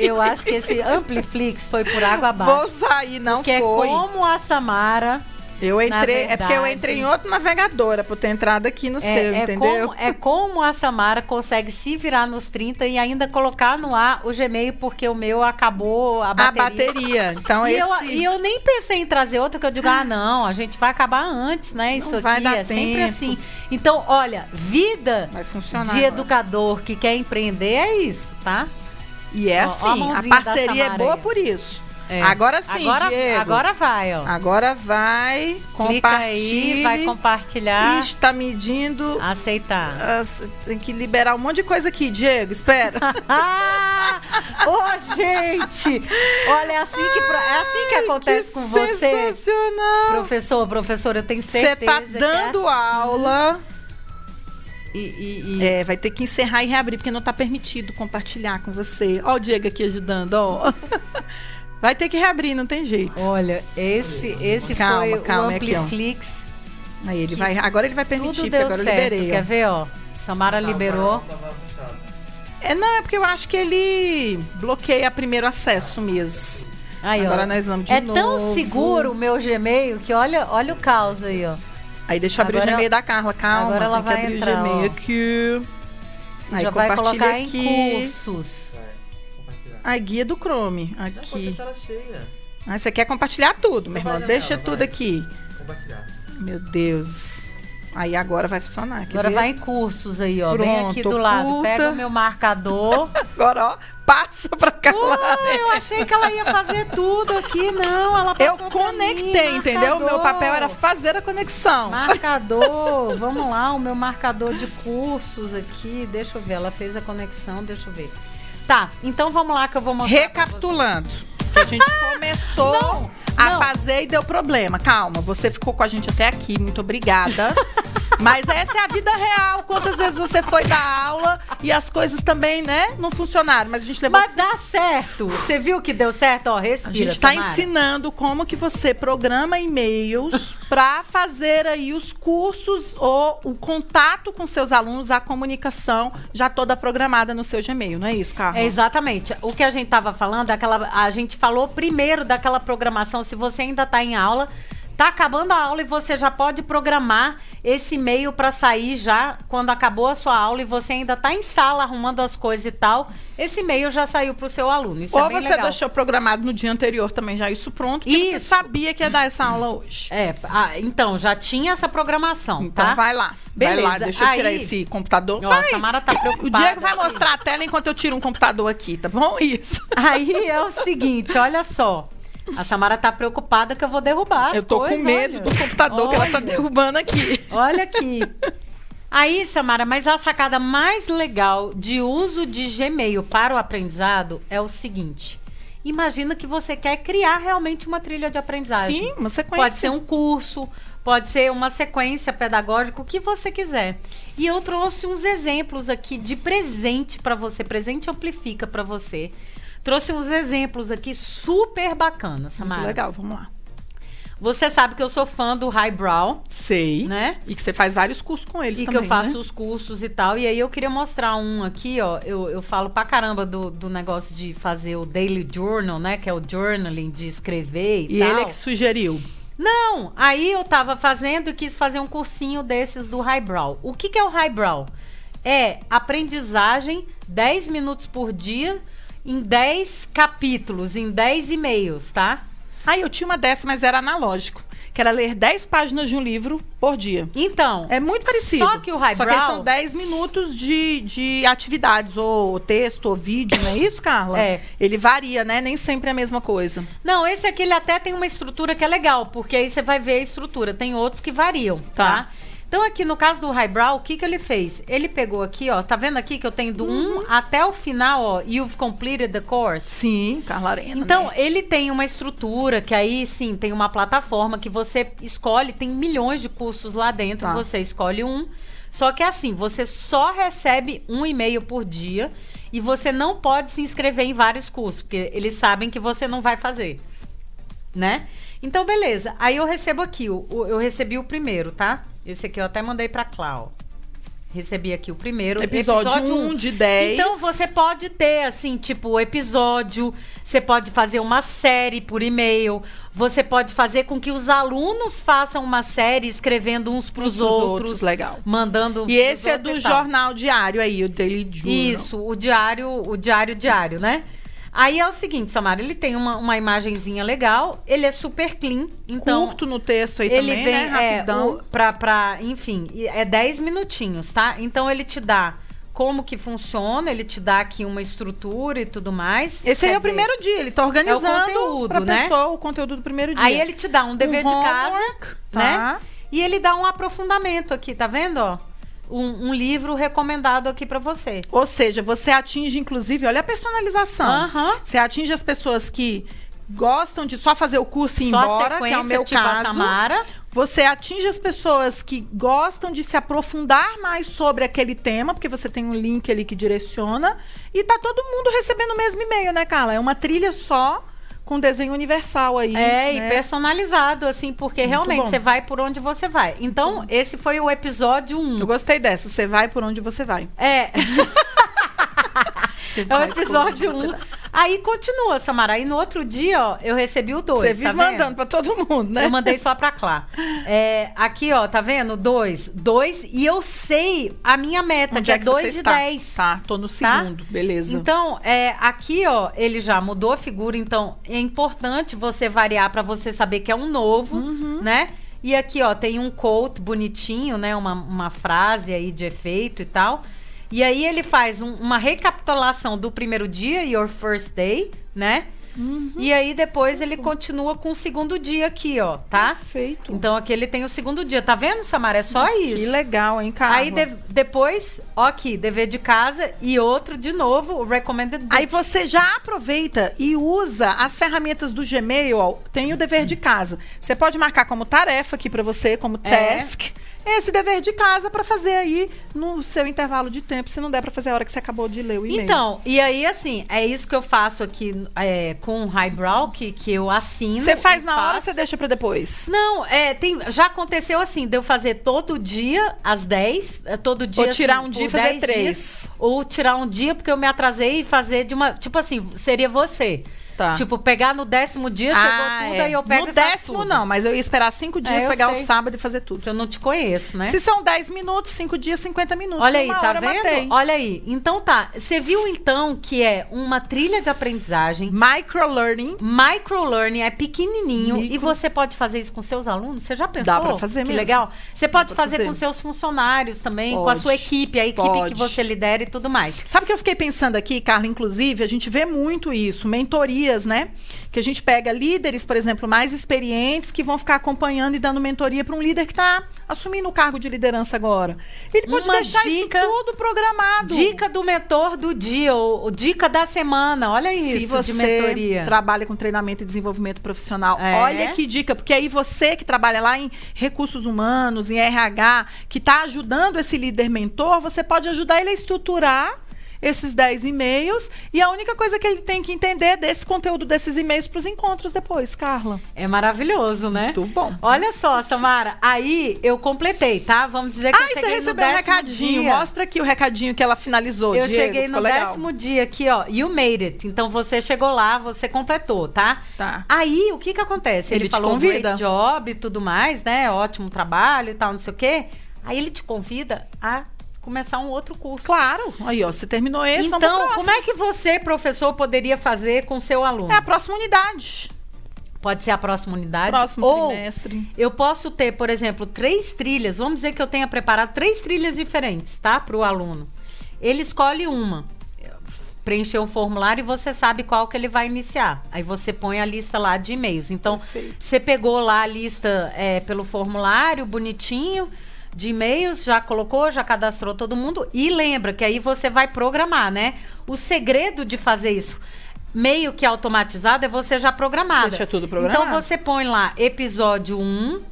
[SPEAKER 1] eu acho que esse Ampliflix foi por água abaixo.
[SPEAKER 2] Vou sair, não
[SPEAKER 1] Que é
[SPEAKER 2] foi.
[SPEAKER 1] como a Samara
[SPEAKER 2] Eu entrei, é
[SPEAKER 1] verdade-
[SPEAKER 2] porque eu entrei em outro navegador, era pra eu ter entrado aqui no seu,
[SPEAKER 1] É, é
[SPEAKER 2] entendeu?
[SPEAKER 1] como, é como a Samara consegue se virar nos 30 e ainda colocar no ar o Gmail, porque o meu acabou a
[SPEAKER 2] A
[SPEAKER 1] bateria.
[SPEAKER 2] bateria. Então
[SPEAKER 1] E
[SPEAKER 2] esse
[SPEAKER 1] eu, e eu nem pensei em trazer outra, que eu digo, ah, não, a gente vai acabar antes, né? Isso
[SPEAKER 2] vai
[SPEAKER 1] aqui
[SPEAKER 2] dar
[SPEAKER 1] é sempre
[SPEAKER 2] tempo.
[SPEAKER 1] assim. Então, olha, vida
[SPEAKER 2] vai funcionar.
[SPEAKER 1] de
[SPEAKER 2] agora.
[SPEAKER 1] educador que quer empreender é isso, tá?
[SPEAKER 2] E
[SPEAKER 1] Ó,
[SPEAKER 2] é
[SPEAKER 1] ó a
[SPEAKER 2] assim, a,
[SPEAKER 1] mãozinha da
[SPEAKER 2] parceria é
[SPEAKER 1] Samara
[SPEAKER 2] boa
[SPEAKER 1] aí.
[SPEAKER 2] por isso.
[SPEAKER 1] É.
[SPEAKER 2] Agora sim,
[SPEAKER 1] agora,
[SPEAKER 2] Diego.
[SPEAKER 1] agora vai, ó.
[SPEAKER 2] Agora vai,
[SPEAKER 1] Clica
[SPEAKER 2] compartilhe.
[SPEAKER 1] aí, vai compartilhar,
[SPEAKER 2] Ixi, tá medindo.
[SPEAKER 1] aceitar.
[SPEAKER 2] Ah, c- tem que liberar um monte de coisa aqui, Diego. Espera.
[SPEAKER 1] Ah! [LAUGHS] Ô, gente! Olha, é assim que, pro- [LAUGHS] é assim que acontece com você,
[SPEAKER 2] Sensacional.
[SPEAKER 1] professor, professora, eu tenho
[SPEAKER 2] Você
[SPEAKER 1] certeza
[SPEAKER 2] tá
[SPEAKER 1] que é
[SPEAKER 2] dando aula.
[SPEAKER 1] assim. E- e- e-
[SPEAKER 2] É, vai ter que encerrar e reabrir, porque não tá permitido compartilhar com você. Ó, o Diego aqui ajudando, ó. [LAUGHS] Vai ter que reabrir, não tem jeito.
[SPEAKER 1] Olha, esse, esse
[SPEAKER 2] Calma,
[SPEAKER 1] foi
[SPEAKER 2] calma,
[SPEAKER 1] o
[SPEAKER 2] é aqui, ó.
[SPEAKER 1] Ampliflix.
[SPEAKER 2] Aí ele
[SPEAKER 1] Que
[SPEAKER 2] vai. Agora ele vai permitir,
[SPEAKER 1] Tudo
[SPEAKER 2] porque
[SPEAKER 1] deu
[SPEAKER 2] agora eu
[SPEAKER 1] certo.
[SPEAKER 2] liberei. ó.
[SPEAKER 1] Quer ver, ó? Samara liberou.
[SPEAKER 2] É, não, é porque eu acho que ele bloqueia primeiro acesso mesmo.
[SPEAKER 1] Aí,
[SPEAKER 2] Agora
[SPEAKER 1] ó.
[SPEAKER 2] nós vamos de
[SPEAKER 1] é
[SPEAKER 2] novo.
[SPEAKER 1] tão seguro o meu Gmail que olha, olha o caos aí, ó.
[SPEAKER 2] Aí deixa eu abrir
[SPEAKER 1] Agora
[SPEAKER 2] o Gmail
[SPEAKER 1] ela-
[SPEAKER 2] da Carla, calma.
[SPEAKER 1] agora ela
[SPEAKER 2] tem que
[SPEAKER 1] vai
[SPEAKER 2] abrir
[SPEAKER 1] entrar,
[SPEAKER 2] o Gmail
[SPEAKER 1] ó.
[SPEAKER 2] aqui. Aí
[SPEAKER 1] Já vai
[SPEAKER 2] compartilha
[SPEAKER 1] colocar
[SPEAKER 2] aqui.
[SPEAKER 1] em cursos.
[SPEAKER 2] A guia do Chrome,
[SPEAKER 1] tá.
[SPEAKER 2] aqui.
[SPEAKER 3] Compartilhar. cheia.
[SPEAKER 2] Ah, você quer compartilhar tudo, meu irmão.
[SPEAKER 3] Compartilha
[SPEAKER 2] Deixa
[SPEAKER 3] ela,
[SPEAKER 2] tudo
[SPEAKER 3] vai.
[SPEAKER 2] aqui.
[SPEAKER 3] Compartilhar.
[SPEAKER 2] Meu Deus. Aí agora vai funcionar. quer
[SPEAKER 1] Agora
[SPEAKER 2] ver?
[SPEAKER 1] vai em cursos aí, ó. Bem aqui
[SPEAKER 2] Pronto,
[SPEAKER 1] do lado.
[SPEAKER 2] oculta.
[SPEAKER 1] Pega o meu marcador.
[SPEAKER 2] Agora, ó, passa pra Carla.
[SPEAKER 1] Ah, eu achei que ela ia fazer tudo aqui. Não, ela
[SPEAKER 2] eu
[SPEAKER 1] passou pra
[SPEAKER 2] conectei,
[SPEAKER 1] mim,
[SPEAKER 2] entendeu?
[SPEAKER 1] marcador.
[SPEAKER 2] Meu papel era fazer a conexão.
[SPEAKER 1] Marcador, vamos lá, o meu marcador de cursos aqui. Deixa eu ver, ela fez a conexão, deixa eu ver. Tá, então vamos lá que eu vou mostrar.
[SPEAKER 2] Recapitulando, que
[SPEAKER 1] [LAUGHS]
[SPEAKER 2] a gente começou a
[SPEAKER 1] não.
[SPEAKER 2] fazer e deu problema. Calma, você ficou com a gente até aqui,
[SPEAKER 1] [LAUGHS]
[SPEAKER 2] muito obrigada. Mas essa é a vida real. Quantas vezes você foi dar aula e as coisas também, né, não funcionaram. Mas a gente levou...
[SPEAKER 1] Mas dá certo. Você viu que deu certo? Ó,
[SPEAKER 2] a
[SPEAKER 1] respira,
[SPEAKER 2] gente tá está
[SPEAKER 1] Samara.
[SPEAKER 2] ensinando como que você programa e-mails [LAUGHS] para fazer aí os cursos ou o contato com seus alunos, a comunicação já toda programada no seu Gmail, não é isso, Carla?
[SPEAKER 1] É, exatamente. O que a gente tava falando, é aquela, a gente falou primeiro daquela programação, se você ainda tá em aula, tá acabando a aula e você já pode programar esse e-mail para sair já quando acabou a sua aula e você ainda tá em sala arrumando as coisas e tal, esse e-mail já saiu pro seu aluno. Isso é
[SPEAKER 2] Ou
[SPEAKER 1] bem
[SPEAKER 2] você
[SPEAKER 1] legal.
[SPEAKER 2] deixou programado no dia anterior também já isso pronto, porque você
[SPEAKER 1] Isso.
[SPEAKER 2] sabia que ia dar essa aula hoje.
[SPEAKER 1] É, ah, então já tinha essa programação,
[SPEAKER 2] Então
[SPEAKER 1] tá?
[SPEAKER 2] vai lá.
[SPEAKER 1] Beleza.
[SPEAKER 2] Vai lá, deixa eu tirar
[SPEAKER 1] Aí-
[SPEAKER 2] esse computador.
[SPEAKER 1] Ó,
[SPEAKER 2] Vai.
[SPEAKER 1] a Samara tá
[SPEAKER 2] O
[SPEAKER 1] preocupada.
[SPEAKER 2] Diego vai
[SPEAKER 1] aqui.
[SPEAKER 2] mostrar a tela enquanto eu tiro um computador aqui, tá bom? Isso.
[SPEAKER 1] Aí é o seguinte, olha só. A Samara tá preocupada que eu vou derrubar as
[SPEAKER 2] eu tô
[SPEAKER 1] coisas,
[SPEAKER 2] com medo
[SPEAKER 1] olha.
[SPEAKER 2] do computador que ela tá
[SPEAKER 1] Olha.
[SPEAKER 2] derrubando aqui.
[SPEAKER 1] Olha aqui. Aí, Samara, mas a sacada mais legal de uso de Gmail para o aprendizado é o seguinte. Imagina que você quer criar realmente uma trilha de aprendizagem.
[SPEAKER 2] Sim, você conhece.
[SPEAKER 1] Pode ser um curso, pode ser uma sequência pedagógica, o que você quiser. E eu trouxe uns exemplos aqui de presente para você, presente amplifica para você. Trouxe uns exemplos aqui super bacanas,
[SPEAKER 2] Muito
[SPEAKER 1] Samara.
[SPEAKER 2] legal, vamos lá.
[SPEAKER 1] Você sabe que eu sou fã do Highbrow,
[SPEAKER 2] Sei.
[SPEAKER 1] né?
[SPEAKER 2] E que você faz vários cursos com eles
[SPEAKER 1] E
[SPEAKER 2] também,
[SPEAKER 1] que eu faço
[SPEAKER 2] né?
[SPEAKER 1] os cursos e tal. E aí eu queria mostrar um aqui, ó. Eu, eu falo pra caramba do, do negócio de fazer o daily journal, né? Que é o journaling de escrever e,
[SPEAKER 2] E
[SPEAKER 1] tal.
[SPEAKER 2] ele é que sugeriu.
[SPEAKER 1] Não, aí eu tava fazendo e quis fazer um cursinho desses do Highbrow. O que, que é o Highbrow? É aprendizagem 10 minutos por dia em 10 capítulos, em 10 e-mails, tá?
[SPEAKER 2] Aí Ah, eu tinha uma dessa, mas era analógico. Que era ler 10 páginas de um livro por dia.
[SPEAKER 1] Então,
[SPEAKER 2] É muito parecido.
[SPEAKER 1] Só que o highbrow-
[SPEAKER 2] Só que eles são 10 minutos de, de atividades, ou texto, ou vídeo, não é isso, Carla?
[SPEAKER 1] É.
[SPEAKER 2] Ele varia, né? Nem sempre é a mesma coisa.
[SPEAKER 1] Não, esse aqui ele até tem uma estrutura que é legal, porque aí você vai ver a estrutura. Tem outros que variam, tá?
[SPEAKER 2] Tá.
[SPEAKER 1] Então aqui no caso do Highbrow, o que que ele fez? Ele pegou aqui, ó, tá vendo aqui que eu tenho do 1 até o final, ó, you've completed the course.
[SPEAKER 2] Sim, Carla Arena.
[SPEAKER 1] Então,
[SPEAKER 2] né?
[SPEAKER 1] ele tem uma estrutura que aí sim tem uma plataforma que você escolhe, tem milhões de cursos lá dentro,
[SPEAKER 2] Tá.
[SPEAKER 1] você escolhe um. Só que assim, você só recebe um e-mail por dia e você não pode se inscrever em vários cursos, porque eles sabem que você não vai fazer. Né? Então, beleza. Aí eu recebo aqui, o- o- eu recebi o primeiro, tá? Esse aqui eu até mandei pra Clau. recebi aqui o primeiro.
[SPEAKER 2] Episódio, um, de 10.
[SPEAKER 1] Então você pode ter, assim, tipo, o episódio, você pode fazer uma série por e-mail, você pode fazer com que os alunos façam uma série escrevendo uns para os
[SPEAKER 2] Pros outros,
[SPEAKER 1] outros,
[SPEAKER 2] legal.
[SPEAKER 1] mandando. pros
[SPEAKER 2] E esse é
[SPEAKER 1] outros
[SPEAKER 2] do
[SPEAKER 1] e tal.
[SPEAKER 2] jornal diário aí, o Daily Journal.
[SPEAKER 1] Isso, o diário, o diário diário, né? Aí é o seguinte, Samara, ele tem uma, uma imagenzinha legal, ele é super clean, então
[SPEAKER 2] Curto no texto aí
[SPEAKER 1] ele
[SPEAKER 2] também,
[SPEAKER 1] vem
[SPEAKER 2] né?
[SPEAKER 1] é,
[SPEAKER 2] Rapidão.
[SPEAKER 1] o- pra, pra- enfim, e é 10 minutinhos, tá? Então ele te dá como que funciona, ele te dá aqui uma estrutura e tudo mais.
[SPEAKER 2] Esse aí
[SPEAKER 1] Quer
[SPEAKER 2] é
[SPEAKER 1] dizer,
[SPEAKER 2] o primeiro dia, ele tá organizando
[SPEAKER 1] conteúdo,
[SPEAKER 2] pra
[SPEAKER 1] né?
[SPEAKER 2] pessoa o conteúdo do primeiro dia.
[SPEAKER 1] Aí ele te dá um dever de casa,
[SPEAKER 2] homework,
[SPEAKER 1] né?
[SPEAKER 2] tá.
[SPEAKER 1] E ele dá um aprofundamento aqui, tá vendo? ó? Um, um livro recomendado aqui pra você.
[SPEAKER 2] Ou seja, você atinge, inclusive, olha a personalização.
[SPEAKER 1] Aham.
[SPEAKER 2] Você atinge as pessoas que gostam de só fazer o curso e ir
[SPEAKER 1] Só a
[SPEAKER 2] embora, que é
[SPEAKER 1] sequência,
[SPEAKER 2] o meu
[SPEAKER 1] tipo a
[SPEAKER 2] caso.
[SPEAKER 1] Samara.
[SPEAKER 2] Você atinge as pessoas que gostam de se aprofundar mais sobre aquele tema, porque você tem um link ali que direciona. E tá todo mundo recebendo o mesmo e-mail, né, Carla? É uma trilha só com desenho universal aí.
[SPEAKER 1] É, e
[SPEAKER 2] né?
[SPEAKER 1] personalizado, assim, porque realmente
[SPEAKER 2] bom. Uhum.
[SPEAKER 1] você vai por onde você vai. Então, esse foi o episódio 1.
[SPEAKER 2] Eu gostei dessa. Você vai por onde você vai.
[SPEAKER 1] É,
[SPEAKER 2] Você
[SPEAKER 1] é o
[SPEAKER 2] vai por onde
[SPEAKER 1] episódio
[SPEAKER 2] você
[SPEAKER 1] 1.
[SPEAKER 2] vai.
[SPEAKER 1] Aí continua, Samara. Aí no outro dia, ó, eu recebi o 2.
[SPEAKER 2] Você vive
[SPEAKER 1] tá vendo?
[SPEAKER 2] mandando pra todo mundo, né?
[SPEAKER 1] Eu mandei só pra Clá. É, aqui, ó, tá vendo? 2. 2. E eu sei a minha meta, que é 2 de 10.
[SPEAKER 2] Tá, tô no
[SPEAKER 1] tá?
[SPEAKER 2] segundo, beleza.
[SPEAKER 1] Então, é, aqui, ó, ele já mudou a figura, então é importante você variar pra você saber que é um novo,
[SPEAKER 2] Uhum.
[SPEAKER 1] né? E aqui, ó, tem um quote bonitinho, né? Uma, uma frase aí de efeito e tal. E aí ele faz um- uma recapitulação do primeiro dia, your first day, né?
[SPEAKER 2] Uhum.
[SPEAKER 1] E aí depois ele continua com o segundo dia aqui, ó, tá?
[SPEAKER 2] Perfeito.
[SPEAKER 1] Então aqui ele tem o segundo dia. Tá vendo, Samara? É só
[SPEAKER 2] Nossa,
[SPEAKER 1] isso.
[SPEAKER 2] Que legal, hein, cara?
[SPEAKER 1] Aí de- depois, ó aqui, dever de casa e outro de novo, o recommended book.
[SPEAKER 2] Aí você já aproveita e usa as ferramentas do Gmail, ó, tem o dever de casa. Você pode marcar como tarefa aqui pra você, como
[SPEAKER 1] É.
[SPEAKER 2] task, esse dever de casa pra fazer aí no seu intervalo de tempo, se não der pra fazer a hora que você acabou de ler o e-mail.
[SPEAKER 1] então, e aí assim, é isso que eu faço aqui é, com o Highbrow, que, que eu assino.
[SPEAKER 2] você faz
[SPEAKER 1] e
[SPEAKER 2] na hora,
[SPEAKER 1] faço.
[SPEAKER 2] você deixa pra depois.
[SPEAKER 1] Não, é, tem, já aconteceu assim, de eu fazer todo dia às 10, é, todo dia.
[SPEAKER 2] Ou tirar
[SPEAKER 1] assim,
[SPEAKER 2] um dia e
[SPEAKER 1] por
[SPEAKER 2] fazer
[SPEAKER 1] 10
[SPEAKER 2] três.
[SPEAKER 1] dias, ou tirar um dia porque eu me atrasei e fazer de uma, tipo assim, seria você.
[SPEAKER 2] Tá.
[SPEAKER 1] Tipo, pegar no décimo dia, chegou tudo,
[SPEAKER 2] é.
[SPEAKER 1] aí eu pego
[SPEAKER 2] No
[SPEAKER 1] e faço
[SPEAKER 2] décimo
[SPEAKER 1] tudo. É,
[SPEAKER 2] não, mas eu ia esperar cinco dias,
[SPEAKER 1] eu
[SPEAKER 2] pegar
[SPEAKER 1] sei.
[SPEAKER 2] o sábado e fazer tudo.
[SPEAKER 1] Se eu não te conheço, né?
[SPEAKER 2] Se são 10 minutos, 5 dias, 50 minutos.
[SPEAKER 1] Olha aí,
[SPEAKER 2] uma
[SPEAKER 1] tá
[SPEAKER 2] hora eu
[SPEAKER 1] vendo?
[SPEAKER 2] matei.
[SPEAKER 1] Olha aí. Então tá. Você viu então que é uma trilha de aprendizagem.
[SPEAKER 2] Microlearning.
[SPEAKER 1] Microlearning é pequenininho
[SPEAKER 2] Micro.
[SPEAKER 1] e você pode fazer isso com seus alunos. Você já pensou?
[SPEAKER 2] pra fazer
[SPEAKER 1] que
[SPEAKER 2] mesmo.
[SPEAKER 1] legal. Você pode
[SPEAKER 2] pra
[SPEAKER 1] fazer,
[SPEAKER 2] fazer.
[SPEAKER 1] com seus funcionários também, com a
[SPEAKER 2] Pode.
[SPEAKER 1] sua equipe, a equipe
[SPEAKER 2] Pode.
[SPEAKER 1] que você lidera e tudo mais.
[SPEAKER 2] Sabe o que eu fiquei pensando aqui, Carla? Inclusive, a gente vê muito isso, mentorias, né? Que a gente pega líderes, por exemplo, mais experientes, que vão ficar acompanhando e dando mentoria para um líder que está assumindo o cargo de liderança agora. Ele pode
[SPEAKER 1] Uma
[SPEAKER 2] deixar
[SPEAKER 1] dica-
[SPEAKER 2] isso tudo programado.
[SPEAKER 1] Dica do mentor do dia, ou, ou dica da semana. Olha isso
[SPEAKER 2] Se você
[SPEAKER 1] de mentoria.
[SPEAKER 2] trabalha com treinamento e desenvolvimento profissional,
[SPEAKER 1] É.
[SPEAKER 2] olha que dica, porque aí você que trabalha lá em recursos humanos, em RH, que está ajudando esse líder mentor, você pode ajudar ele a estruturar esses 10 e-mails e a única coisa que ele tem que entender é desse conteúdo desses e-mails para os encontros depois, Carla.
[SPEAKER 1] É maravilhoso, né?
[SPEAKER 2] Muito bom.
[SPEAKER 1] Olha só, Samara. Aí eu completei, tá? Vamos dizer que
[SPEAKER 2] Ah,
[SPEAKER 1] eu
[SPEAKER 2] e você
[SPEAKER 1] cheguei no
[SPEAKER 2] recebeu um
[SPEAKER 1] décimo
[SPEAKER 2] recadinho.
[SPEAKER 1] dia.
[SPEAKER 2] Mostra aqui o recadinho que ela finalizou.
[SPEAKER 1] Eu
[SPEAKER 2] Diego,
[SPEAKER 1] cheguei
[SPEAKER 2] ficou
[SPEAKER 1] no
[SPEAKER 2] legal.
[SPEAKER 1] décimo dia aqui, ó. You made it. Então você chegou lá, você completou, tá?
[SPEAKER 2] Tá.
[SPEAKER 1] Aí o que que acontece? Ele,
[SPEAKER 2] Ele te
[SPEAKER 1] falou "Um
[SPEAKER 2] convida.
[SPEAKER 1] great job e tudo mais, né? Ótimo trabalho e tal, não sei o quê. Aí ele te convida a começar um outro curso.
[SPEAKER 2] Claro. Aí, ó, você terminou esse, vamos pro
[SPEAKER 1] Então,
[SPEAKER 2] próximo.
[SPEAKER 1] como é que você, professor, poderia fazer com seu aluno?
[SPEAKER 2] É a próxima unidade.
[SPEAKER 1] Pode ser a próxima unidade
[SPEAKER 2] Próximo
[SPEAKER 1] ou
[SPEAKER 2] trimestre.
[SPEAKER 1] eu posso ter, por exemplo, três trilhas. Vamos dizer que eu tenha preparado três trilhas diferentes, tá? Para o aluno. Ele escolhe uma, preencher um formulário e você sabe qual que ele vai iniciar. Aí você põe a lista lá de e-mails. Então,
[SPEAKER 2] Perfeito.
[SPEAKER 1] você pegou lá a lista é, pelo formulário, bonitinho, de e-mails, já colocou, já cadastrou todo mundo. E lembra que aí você vai programar, né? O segredo de fazer isso. Meio que automatizado é você já programar.
[SPEAKER 2] Ah, Deixa tudo
[SPEAKER 1] Então
[SPEAKER 2] programado.
[SPEAKER 1] você põe lá episódio 1,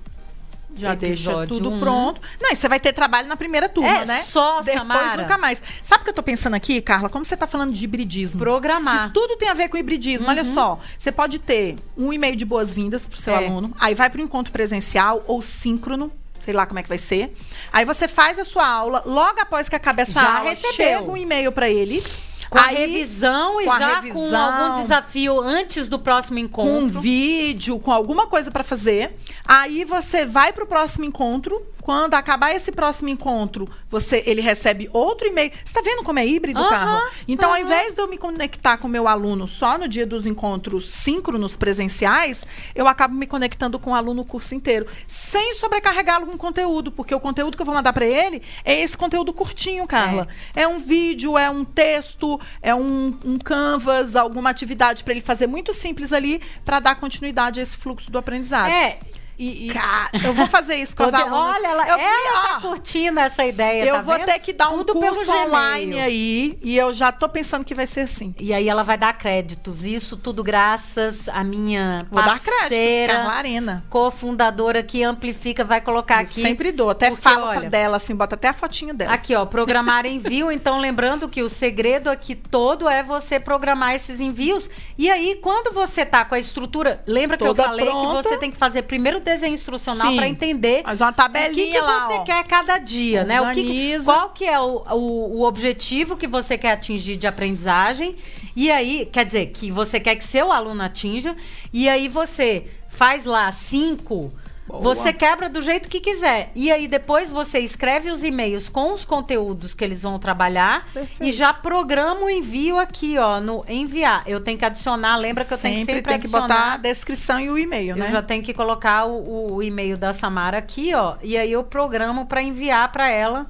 [SPEAKER 2] Já deixa
[SPEAKER 1] Episódio
[SPEAKER 2] tudo
[SPEAKER 1] um.
[SPEAKER 2] pronto. Não, e você vai ter trabalho na primeira turma,
[SPEAKER 1] É,
[SPEAKER 2] né?
[SPEAKER 1] só,
[SPEAKER 2] Depois
[SPEAKER 1] Samara.
[SPEAKER 2] nunca mais. Sabe o que eu tô pensando aqui, Carla? Como você tá falando de hibridismo?
[SPEAKER 1] programar. Uhum.
[SPEAKER 2] Isso tudo tem a ver com hibridismo. Olha só, você pode ter um e-mail de boas-vindas pro seu
[SPEAKER 1] É.
[SPEAKER 2] aluno, aí vai pro encontro presencial ou síncrono. sei lá como é que vai ser. Aí você faz a sua aula, logo após que acaba essa
[SPEAKER 1] Já
[SPEAKER 2] aula,
[SPEAKER 1] recebeu.
[SPEAKER 2] chega um e-mail pra ele.
[SPEAKER 1] Com a
[SPEAKER 2] aí,
[SPEAKER 1] revisão e
[SPEAKER 2] com a
[SPEAKER 1] já com
[SPEAKER 2] revisão.
[SPEAKER 1] algum desafio antes do próximo
[SPEAKER 2] com um
[SPEAKER 1] encontro.
[SPEAKER 2] vídeo, com alguma coisa pra fazer. Aí você vai pro próximo encontro. Quando acabar esse próximo encontro, você ele recebe outro e-mail. Você tá vendo como é híbrido,
[SPEAKER 1] Aham,
[SPEAKER 2] Carla? Então, ao
[SPEAKER 1] aham.
[SPEAKER 2] invés de eu me conectar com o meu aluno só no dia dos encontros síncronos presenciais, eu acabo me conectando com o aluno o curso inteiro, sem sobrecarregá-lo com conteúdo, porque o conteúdo que eu vou mandar pra ele é esse conteúdo curtinho, Carla. É, um vídeo, é um texto, é um, um canvas, alguma atividade pra ele fazer muito simples ali pra dar continuidade a esse fluxo do aprendizado.
[SPEAKER 1] É. E, e-
[SPEAKER 2] Cara, eu vou fazer isso com as
[SPEAKER 1] Poder-
[SPEAKER 2] alunas.
[SPEAKER 1] Olha, ela,
[SPEAKER 2] eu,
[SPEAKER 1] ela
[SPEAKER 2] ó,
[SPEAKER 1] tá curtindo essa ideia.
[SPEAKER 2] eu
[SPEAKER 1] tá
[SPEAKER 2] vou
[SPEAKER 1] vendo?
[SPEAKER 2] ter que dar um
[SPEAKER 1] Tudo pelo
[SPEAKER 2] curso
[SPEAKER 1] Gmail.
[SPEAKER 2] online aí e eu já tô pensando que vai ser assim.
[SPEAKER 1] E aí ela vai dar créditos. Isso tudo graças à minha
[SPEAKER 2] Vou dar crédito,
[SPEAKER 1] parceira,
[SPEAKER 2] Carla Arena.
[SPEAKER 1] cofundadora que amplifica, vai colocar
[SPEAKER 2] Eu
[SPEAKER 1] aqui.
[SPEAKER 2] sempre dou, até
[SPEAKER 1] porque,
[SPEAKER 2] falo
[SPEAKER 1] olha-
[SPEAKER 2] dela, assim, bota até a fotinha dela.
[SPEAKER 1] Aqui, ó, programar envio.
[SPEAKER 2] [LAUGHS]
[SPEAKER 1] Então, lembrando que o segredo aqui todo é você programar esses envios. E aí, quando você tá com a estrutura, lembra que
[SPEAKER 2] Toda
[SPEAKER 1] eu falei
[SPEAKER 2] pronta.
[SPEAKER 1] que você tem que fazer primeiro o desenho instrucional
[SPEAKER 2] Sim.
[SPEAKER 1] para entender
[SPEAKER 2] Mas uma
[SPEAKER 1] o
[SPEAKER 2] tabelinha
[SPEAKER 1] que, que
[SPEAKER 2] lá,
[SPEAKER 1] você
[SPEAKER 2] ó.
[SPEAKER 1] quer cada dia, né? O que que,
[SPEAKER 2] Organiza.
[SPEAKER 1] qual que é o, o, o objetivo que você quer atingir de aprendizagem? E aí, quer dizer, que você quer que seu aluno atinja, e aí você faz lá cinco.
[SPEAKER 2] Boa.
[SPEAKER 1] Você quebra do jeito que quiser. E aí depois você escreve os e-mails com os conteúdos que eles vão trabalhar
[SPEAKER 2] Perfeito.
[SPEAKER 1] e já programa o envio aqui, ó, no enviar. Eu tenho que adicionar, lembra que eu tenho que sempre
[SPEAKER 2] tem que
[SPEAKER 1] adicionar.
[SPEAKER 2] botar a descrição e o e-mail, né?
[SPEAKER 1] Eu já tenho que colocar o, o- o e-mail da Samara aqui, ó. E aí eu programo pra enviar pra ela.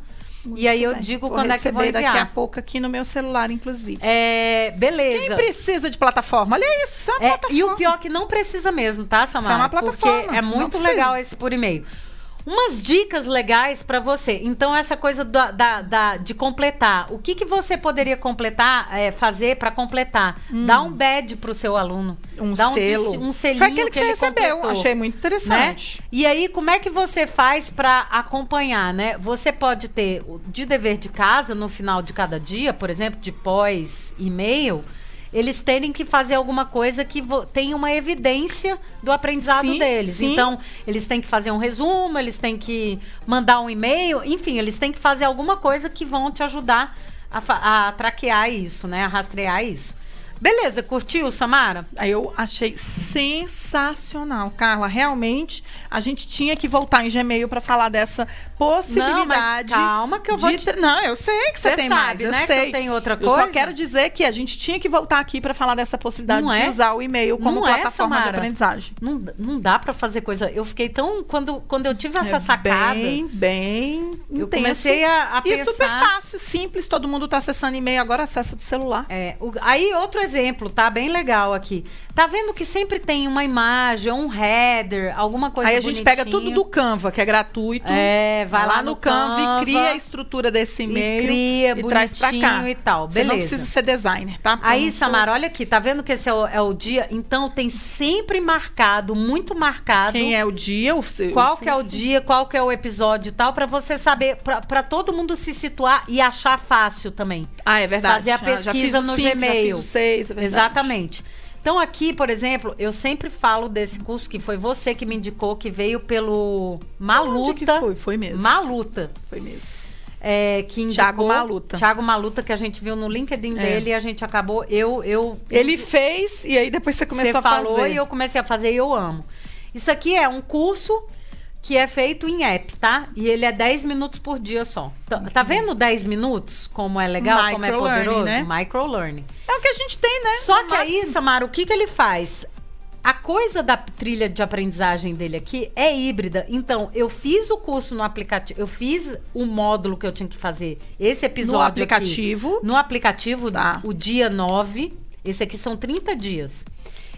[SPEAKER 1] e aí eu
[SPEAKER 2] Bem,
[SPEAKER 1] digo
[SPEAKER 2] vou
[SPEAKER 1] quando é que eu vou
[SPEAKER 2] receber daqui a
[SPEAKER 1] enviar.
[SPEAKER 2] pouco aqui no meu celular, inclusive.
[SPEAKER 1] É, beleza.
[SPEAKER 2] Quem precisa de plataforma? Olha isso, só uma
[SPEAKER 1] É,
[SPEAKER 2] plataforma.
[SPEAKER 1] e o pior é que não precisa mesmo, tá, Samara?
[SPEAKER 2] Só uma plataforma,
[SPEAKER 1] Porque é
[SPEAKER 2] não
[SPEAKER 1] muito
[SPEAKER 2] precisa.
[SPEAKER 1] legal esse por e-mail. Umas dicas legais pra você. Então, essa coisa da, da- da- de completar. O que, que você poderia completar, é, fazer pra completar? Dá
[SPEAKER 2] Hum.
[SPEAKER 1] um badge pro seu aluno.
[SPEAKER 2] um
[SPEAKER 1] Dá
[SPEAKER 2] selo.
[SPEAKER 1] Um, dis- um selinho
[SPEAKER 2] Foi aquele que, você
[SPEAKER 1] ele
[SPEAKER 2] recebeu.
[SPEAKER 1] completou.
[SPEAKER 2] Achei muito
[SPEAKER 1] né?
[SPEAKER 2] interessante.
[SPEAKER 1] E aí, como é que você faz para acompanhar, né? Você pode ter o- de dever de casa no final de cada dia, por exemplo, de pós e-mail, eles terem que fazer alguma coisa que vo- tenha uma evidência do aprendizado
[SPEAKER 2] Sim,
[SPEAKER 1] deles.
[SPEAKER 2] sim.
[SPEAKER 1] Então, eles têm que fazer um resumo, eles têm que mandar um e-mail, enfim, eles têm que fazer alguma coisa que vão te ajudar a, fa- a traquear isso, né? A rastrear isso. Beleza, curtiu, Samara?
[SPEAKER 2] Aí eu achei sensacional, Carla. Realmente, a gente tinha que voltar em Gmail pra falar dessa
[SPEAKER 1] Não, mas
[SPEAKER 2] possibilidade.
[SPEAKER 1] calma que eu vou
[SPEAKER 2] de
[SPEAKER 1] te
[SPEAKER 2] tra- Não, eu sei que você,
[SPEAKER 1] Você
[SPEAKER 2] tem
[SPEAKER 1] sabe,
[SPEAKER 2] mais, eu
[SPEAKER 1] né, que
[SPEAKER 2] sei.
[SPEAKER 1] eu tenho outra
[SPEAKER 2] Eu só
[SPEAKER 1] coisa.
[SPEAKER 2] quero dizer que a gente tinha que voltar aqui pra falar dessa possibilidade
[SPEAKER 1] Não
[SPEAKER 2] de
[SPEAKER 1] é?
[SPEAKER 2] usar o e-mail como
[SPEAKER 1] Não é,
[SPEAKER 2] plataforma de
[SPEAKER 1] Samara?
[SPEAKER 2] aprendizagem.
[SPEAKER 1] Não, d- não dá pra fazer coisa. Eu fiquei tão. Quando, quando eu tive essa
[SPEAKER 2] é
[SPEAKER 1] sacada,
[SPEAKER 2] bem, bem
[SPEAKER 1] eu
[SPEAKER 2] intenso.
[SPEAKER 1] comecei a, a
[SPEAKER 2] E é
[SPEAKER 1] pensar.
[SPEAKER 2] super fácil, simples, todo mundo tá acessando e-mail, agora acessa do celular.
[SPEAKER 1] É, o- aí outro exemplo, tá? Bem legal aqui. Tá vendo que sempre tem uma imagem, um header, alguma coisa
[SPEAKER 2] Aí a gente pega tudo do Canva, que é gratuito.
[SPEAKER 1] É, vai lá,
[SPEAKER 2] no, Canva, e cria a estrutura desse e-mail.
[SPEAKER 1] e cria,
[SPEAKER 2] e
[SPEAKER 1] bonitinho
[SPEAKER 2] traz pra cá.
[SPEAKER 1] e tal.
[SPEAKER 2] Você não
[SPEAKER 1] Beleza.
[SPEAKER 2] precisa ser designer, tá? Porque eu
[SPEAKER 1] Aí,
[SPEAKER 2] não sou-
[SPEAKER 1] Samara, olha aqui, tá vendo que esse é o, é o dia? Então tem sempre marcado, muito marcado.
[SPEAKER 2] Quem é o dia, o seu.
[SPEAKER 1] qual que é o dia, qual que é o episódio e tal, pra você saber, pra pra todo mundo se situar e achar fácil também.
[SPEAKER 2] Ah, é verdade.
[SPEAKER 1] Fazer a
[SPEAKER 2] Ah, já fiz
[SPEAKER 1] pesquisa
[SPEAKER 2] o
[SPEAKER 1] no
[SPEAKER 2] cinco, Já fiz
[SPEAKER 1] Gmail.
[SPEAKER 2] o seis, é verdade.
[SPEAKER 1] Exatamente. Então aqui, por exemplo, eu sempre falo desse curso que foi você que me indicou, que veio pelo
[SPEAKER 2] Onde que
[SPEAKER 1] Maluta.
[SPEAKER 2] foi? Foi mesmo.
[SPEAKER 1] Maluta.
[SPEAKER 2] Foi mesmo.
[SPEAKER 1] É, que indicou,
[SPEAKER 2] Thiago Maluta.
[SPEAKER 1] Thiago Maluta, que a gente viu no LinkedIn
[SPEAKER 2] É.
[SPEAKER 1] dele e a gente acabou. Eu. eu
[SPEAKER 2] Ele fez e aí depois você começou
[SPEAKER 1] Você
[SPEAKER 2] a
[SPEAKER 1] falou
[SPEAKER 2] fazer.
[SPEAKER 1] e eu comecei a fazer e eu amo. Isso aqui é um curso que é feito em app, tá? E ele é 10 minutos por dia só. Tá, tá vendo 10 minutos? Como é legal, como é
[SPEAKER 2] Microlearning,
[SPEAKER 1] poderoso?
[SPEAKER 2] né?
[SPEAKER 1] Microlearning.
[SPEAKER 2] É o que a gente tem, né?
[SPEAKER 1] Só
[SPEAKER 2] No
[SPEAKER 1] que aí,
[SPEAKER 2] máximo.
[SPEAKER 1] Samara, o que, que ele faz? A coisa da trilha de aprendizagem dele aqui é híbrida. Então, eu fiz o curso no aplicativo, eu fiz o módulo que eu tinha que fazer, esse episódio
[SPEAKER 2] no
[SPEAKER 1] aqui.
[SPEAKER 2] aplicativo.
[SPEAKER 1] No aplicativo,
[SPEAKER 2] Tá.
[SPEAKER 1] o dia 9, esse aqui são 30 dias.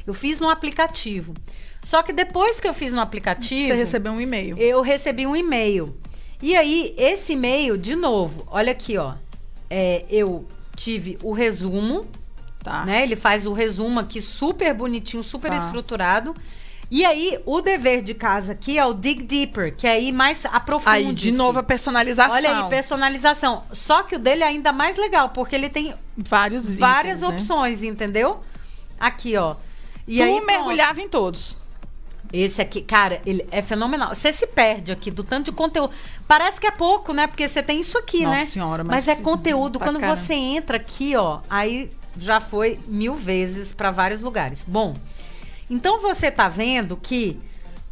[SPEAKER 1] Eu fiz no aplicativo. Só que depois que eu fiz no aplicativo,
[SPEAKER 2] Você recebeu um e-mail.
[SPEAKER 1] eu recebi um e-mail. E aí, esse e-mail, de novo, olha aqui, ó. É, eu tive o resumo,
[SPEAKER 2] Tá.
[SPEAKER 1] né? Ele faz o resumo aqui super bonitinho, super
[SPEAKER 2] Tá.
[SPEAKER 1] estruturado. E aí, o dever de casa aqui é o dig deeper, que aí mais aprofunde.
[SPEAKER 2] Aí, de novo, a personalização.
[SPEAKER 1] Olha aí, personalização. Só que o dele é ainda mais legal, porque ele tem
[SPEAKER 2] Vários itens,
[SPEAKER 1] várias
[SPEAKER 2] né?
[SPEAKER 1] opções, entendeu? Aqui, ó. E
[SPEAKER 2] tu
[SPEAKER 1] aí, pronto.
[SPEAKER 2] mergulhava em todos.
[SPEAKER 1] Esse aqui, cara, ele é fenomenal. Você se perde aqui do tanto de conteúdo. Parece que é pouco, né? Porque você tem isso aqui,
[SPEAKER 2] Nossa
[SPEAKER 1] né?
[SPEAKER 2] senhora, mas tá
[SPEAKER 1] mas é conteúdo.
[SPEAKER 2] pra
[SPEAKER 1] Quando
[SPEAKER 2] caramba.
[SPEAKER 1] você entra aqui, ó, aí já foi mil vezes para vários lugares. Bom, então você tá vendo que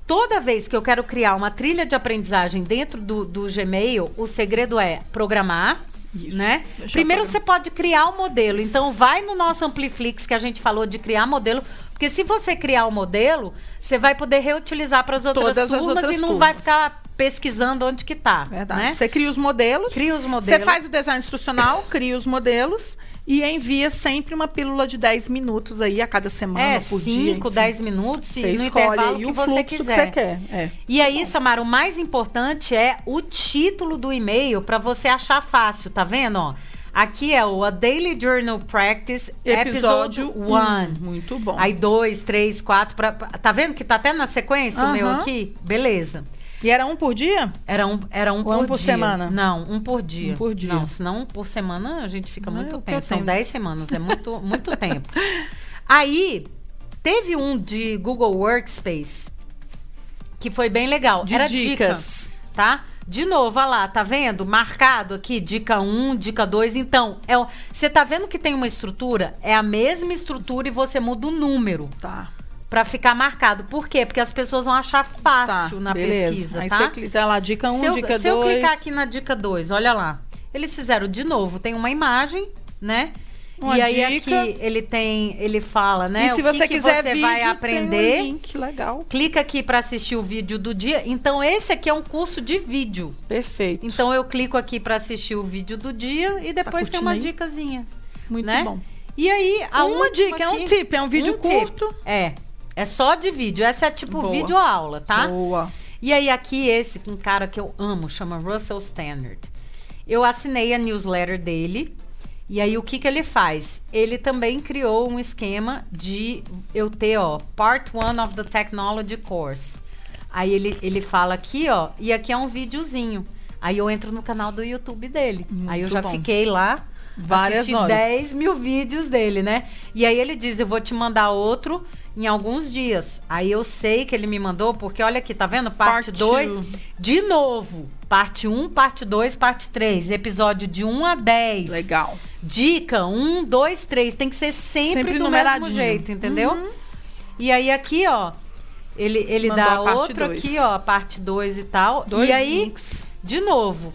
[SPEAKER 1] toda vez que eu quero criar uma trilha de aprendizagem dentro do, do Gmail, o segredo é programar.
[SPEAKER 2] Isso.
[SPEAKER 1] Né?
[SPEAKER 2] Deixar
[SPEAKER 1] Primeiro
[SPEAKER 2] programar.
[SPEAKER 1] você pode criar o modelo. Então vai no nosso Ampliflix que a gente falou de criar modelo, porque se você criar o modelo, você vai poder reutilizar para as outras
[SPEAKER 2] Todas as
[SPEAKER 1] turmas
[SPEAKER 2] outras
[SPEAKER 1] e não vai
[SPEAKER 2] turmas.
[SPEAKER 1] ficar pesquisando onde que tá,
[SPEAKER 2] Verdade.
[SPEAKER 1] né?
[SPEAKER 2] Você cria os modelos.
[SPEAKER 1] Cria os modelos.
[SPEAKER 2] Você faz o design instrucional, cria os modelos e envia sempre uma pílula de 10 minutos aí a cada semana
[SPEAKER 1] É,
[SPEAKER 2] por dia.
[SPEAKER 1] 5,
[SPEAKER 2] enfim.
[SPEAKER 1] 10 minutos
[SPEAKER 2] Você
[SPEAKER 1] e no
[SPEAKER 2] escolhe
[SPEAKER 1] intervalo
[SPEAKER 2] aí
[SPEAKER 1] que
[SPEAKER 2] o
[SPEAKER 1] você
[SPEAKER 2] fluxo que você
[SPEAKER 1] quiser.
[SPEAKER 2] quer. É.
[SPEAKER 1] E aí, Samara, o mais importante é o título do e-mail para você achar fácil, tá vendo? ó? Aqui é o A Daily Journal Practice
[SPEAKER 2] Episódio
[SPEAKER 1] Episode
[SPEAKER 2] 1.
[SPEAKER 1] 1.
[SPEAKER 2] Muito bom.
[SPEAKER 1] Aí dois, três, quatro. Pra, pra- tá vendo que tá até na sequência o meu
[SPEAKER 2] Aham.
[SPEAKER 1] aqui? Beleza.
[SPEAKER 2] E era um por dia?
[SPEAKER 1] Era um, era um
[SPEAKER 2] Ou
[SPEAKER 1] por
[SPEAKER 2] é um
[SPEAKER 1] dia.
[SPEAKER 2] por semana?
[SPEAKER 1] Não, um por dia.
[SPEAKER 2] Um por dia.
[SPEAKER 1] Não, senão um por semana a gente fica
[SPEAKER 2] Não, é
[SPEAKER 1] muito
[SPEAKER 2] o que
[SPEAKER 1] tempo.
[SPEAKER 2] eu
[SPEAKER 1] São
[SPEAKER 2] tenho.
[SPEAKER 1] 10 semanas, é muito,
[SPEAKER 2] [LAUGHS]
[SPEAKER 1] muito tempo. Aí, teve um de Google Workspace que foi bem legal.
[SPEAKER 2] De
[SPEAKER 1] era
[SPEAKER 2] dicas.
[SPEAKER 1] dica, tá? De novo, olha lá, tá vendo? Marcado aqui, dica 1, dica 2. Então, é o- você tá vendo que tem uma estrutura? É a mesma estrutura e você muda o número.
[SPEAKER 2] Tá.
[SPEAKER 1] Pra ficar marcado. Por quê? Porque as pessoas vão achar fácil na
[SPEAKER 2] Tá, beleza.
[SPEAKER 1] pesquisa,
[SPEAKER 2] Aí
[SPEAKER 1] tá?
[SPEAKER 2] você clica lá, dica 1,
[SPEAKER 1] se eu,
[SPEAKER 2] dica 2.
[SPEAKER 1] se eu clicar aqui na dica 2, olha lá. Eles fizeram de novo, tem uma imagem, né?
[SPEAKER 2] Uma
[SPEAKER 1] e aí
[SPEAKER 2] dica.
[SPEAKER 1] aqui ele tem, ele fala, né?
[SPEAKER 2] E se
[SPEAKER 1] o que
[SPEAKER 2] você
[SPEAKER 1] que
[SPEAKER 2] quiser
[SPEAKER 1] você
[SPEAKER 2] vídeo,
[SPEAKER 1] vai
[SPEAKER 2] tem um
[SPEAKER 1] aprender.
[SPEAKER 2] link, legal.
[SPEAKER 1] Clica aqui pra assistir o vídeo do dia. Então esse aqui é um curso de vídeo.
[SPEAKER 2] Perfeito.
[SPEAKER 1] Então eu clico aqui pra assistir o vídeo do dia e depois tem
[SPEAKER 2] cortina
[SPEAKER 1] umas
[SPEAKER 2] Tá aí?
[SPEAKER 1] dicasinha,
[SPEAKER 2] Muito
[SPEAKER 1] né?
[SPEAKER 2] bom.
[SPEAKER 1] E aí a
[SPEAKER 2] uma
[SPEAKER 1] última
[SPEAKER 2] dica, é um
[SPEAKER 1] aqui-
[SPEAKER 2] tip, é um vídeo
[SPEAKER 1] um tip.
[SPEAKER 2] curto.
[SPEAKER 1] É. É só de vídeo. Essa é tipo
[SPEAKER 2] Boa.
[SPEAKER 1] vídeo aula, tá?
[SPEAKER 2] Boa.
[SPEAKER 1] E aí, aqui, esse, um cara que eu amo, chama Russell Standard. Eu assinei a newsletter dele. E aí, o que, que ele faz? Ele também criou um esquema de eu ter, ó, Part 1 of the Technology Course. Aí ele, ele fala aqui, ó, e aqui é um videozinho. Aí eu entro no canal do YouTube dele. aí eu
[SPEAKER 2] Muito
[SPEAKER 1] já
[SPEAKER 2] bom.
[SPEAKER 1] fiquei lá.
[SPEAKER 2] Várias
[SPEAKER 1] assisti
[SPEAKER 2] horas.
[SPEAKER 1] 10 mil vídeos dele, né? E aí ele diz: Eu vou te mandar outro em alguns dias. Aí eu sei que ele me mandou, porque olha aqui, tá vendo? Parte
[SPEAKER 2] Parte
[SPEAKER 1] 2.
[SPEAKER 2] um.
[SPEAKER 1] De novo. Parte 1, um, parte 2, parte 3. Episódio de 1 um a 10.
[SPEAKER 2] Legal.
[SPEAKER 1] Dica 1, 2, 3. Tem que ser sempre,
[SPEAKER 2] Sempre
[SPEAKER 1] do mesmo
[SPEAKER 2] numeradinho. Uhum.
[SPEAKER 1] jeito, entendeu? E aí aqui, ó. Ele, ele
[SPEAKER 2] Mandou
[SPEAKER 1] dá
[SPEAKER 2] a parte
[SPEAKER 1] outro
[SPEAKER 2] dois.
[SPEAKER 1] aqui, ó, parte 2 e tal.
[SPEAKER 2] Dois
[SPEAKER 1] e aí,
[SPEAKER 2] links.
[SPEAKER 1] de novo,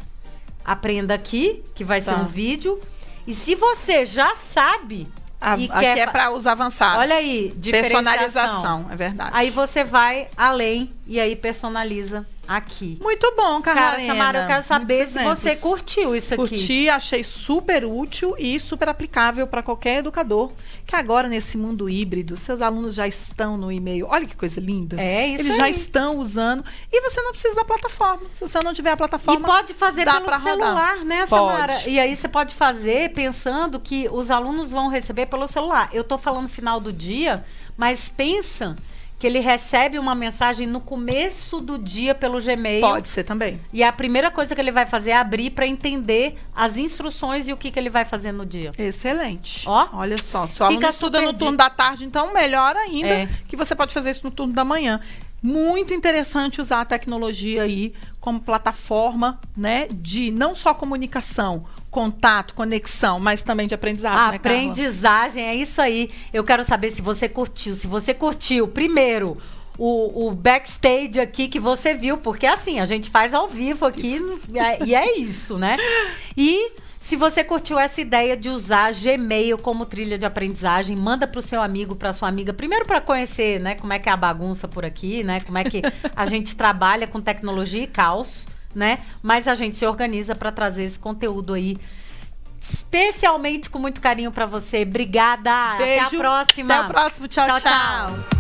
[SPEAKER 1] aprenda aqui, que vai
[SPEAKER 2] Tá.
[SPEAKER 1] ser um vídeo. E se você já sabe
[SPEAKER 2] A,
[SPEAKER 1] e
[SPEAKER 2] aqui
[SPEAKER 1] quer
[SPEAKER 2] é
[SPEAKER 1] fa-
[SPEAKER 2] para os avançados.
[SPEAKER 1] Olha aí, personalização.
[SPEAKER 2] personalização, é verdade.
[SPEAKER 1] Aí você vai além e aí personaliza aqui.
[SPEAKER 2] Muito bom,
[SPEAKER 1] Cara,
[SPEAKER 2] Carolina.
[SPEAKER 1] Samara, eu quero saber
[SPEAKER 2] Muitos
[SPEAKER 1] se você
[SPEAKER 2] exemplos.
[SPEAKER 1] curtiu isso aqui.
[SPEAKER 2] Curti, achei super útil e super aplicável para qualquer educador. Que agora, nesse mundo híbrido, seus alunos já estão no e-mail. Olha que coisa linda.
[SPEAKER 1] É isso
[SPEAKER 2] Eles já
[SPEAKER 1] aí.
[SPEAKER 2] estão usando. E você não precisa da plataforma. Se você não tiver a
[SPEAKER 1] E
[SPEAKER 2] plataforma.
[SPEAKER 1] pode fazer
[SPEAKER 2] dá
[SPEAKER 1] pelo
[SPEAKER 2] pra rodar.
[SPEAKER 1] celular, né,
[SPEAKER 2] Pode.
[SPEAKER 1] Samara? E aí você pode fazer pensando que os alunos vão receber pelo celular. Eu tô falando final do dia, mas pensa que ele recebe uma mensagem no começo do dia pelo Gmail.
[SPEAKER 2] Pode ser também.
[SPEAKER 1] E a primeira coisa que ele vai fazer é abrir para entender as instruções e o que, que ele vai fazer no dia.
[SPEAKER 2] Excelente.
[SPEAKER 1] Ó.
[SPEAKER 2] Olha só, se o aluno
[SPEAKER 1] Fica
[SPEAKER 2] estuda
[SPEAKER 1] é super
[SPEAKER 2] no
[SPEAKER 1] di-
[SPEAKER 2] turno da tarde, então melhor ainda
[SPEAKER 1] É.
[SPEAKER 2] que você pode fazer isso no turno da manhã. Muito interessante usar a tecnologia aí como plataforma, né, de não só comunicação, contato, conexão, mas também de aprendizado, né, Carla?
[SPEAKER 1] Aprendizagem, é isso aí. Eu quero saber se você curtiu. Se você curtiu, primeiro, o, o backstage aqui que você viu, porque assim, a gente faz ao vivo
[SPEAKER 2] [LAUGHS]
[SPEAKER 1] aqui e é- e é isso, né? E. Se você curtiu essa ideia de usar Gmail como trilha de aprendizagem, manda pro seu amigo, pra sua amiga, primeiro para conhecer, né, como é que é a bagunça por aqui, né? Como é que a
[SPEAKER 2] [LAUGHS]
[SPEAKER 1] gente trabalha com tecnologia e caos, né? Mas a gente se organiza para trazer esse conteúdo aí especialmente com muito carinho pra você. Obrigada.
[SPEAKER 2] Beijo.
[SPEAKER 1] Até a próxima.
[SPEAKER 2] Até o próximo. tchau.
[SPEAKER 1] Tchau,
[SPEAKER 2] tchau.
[SPEAKER 1] tchau.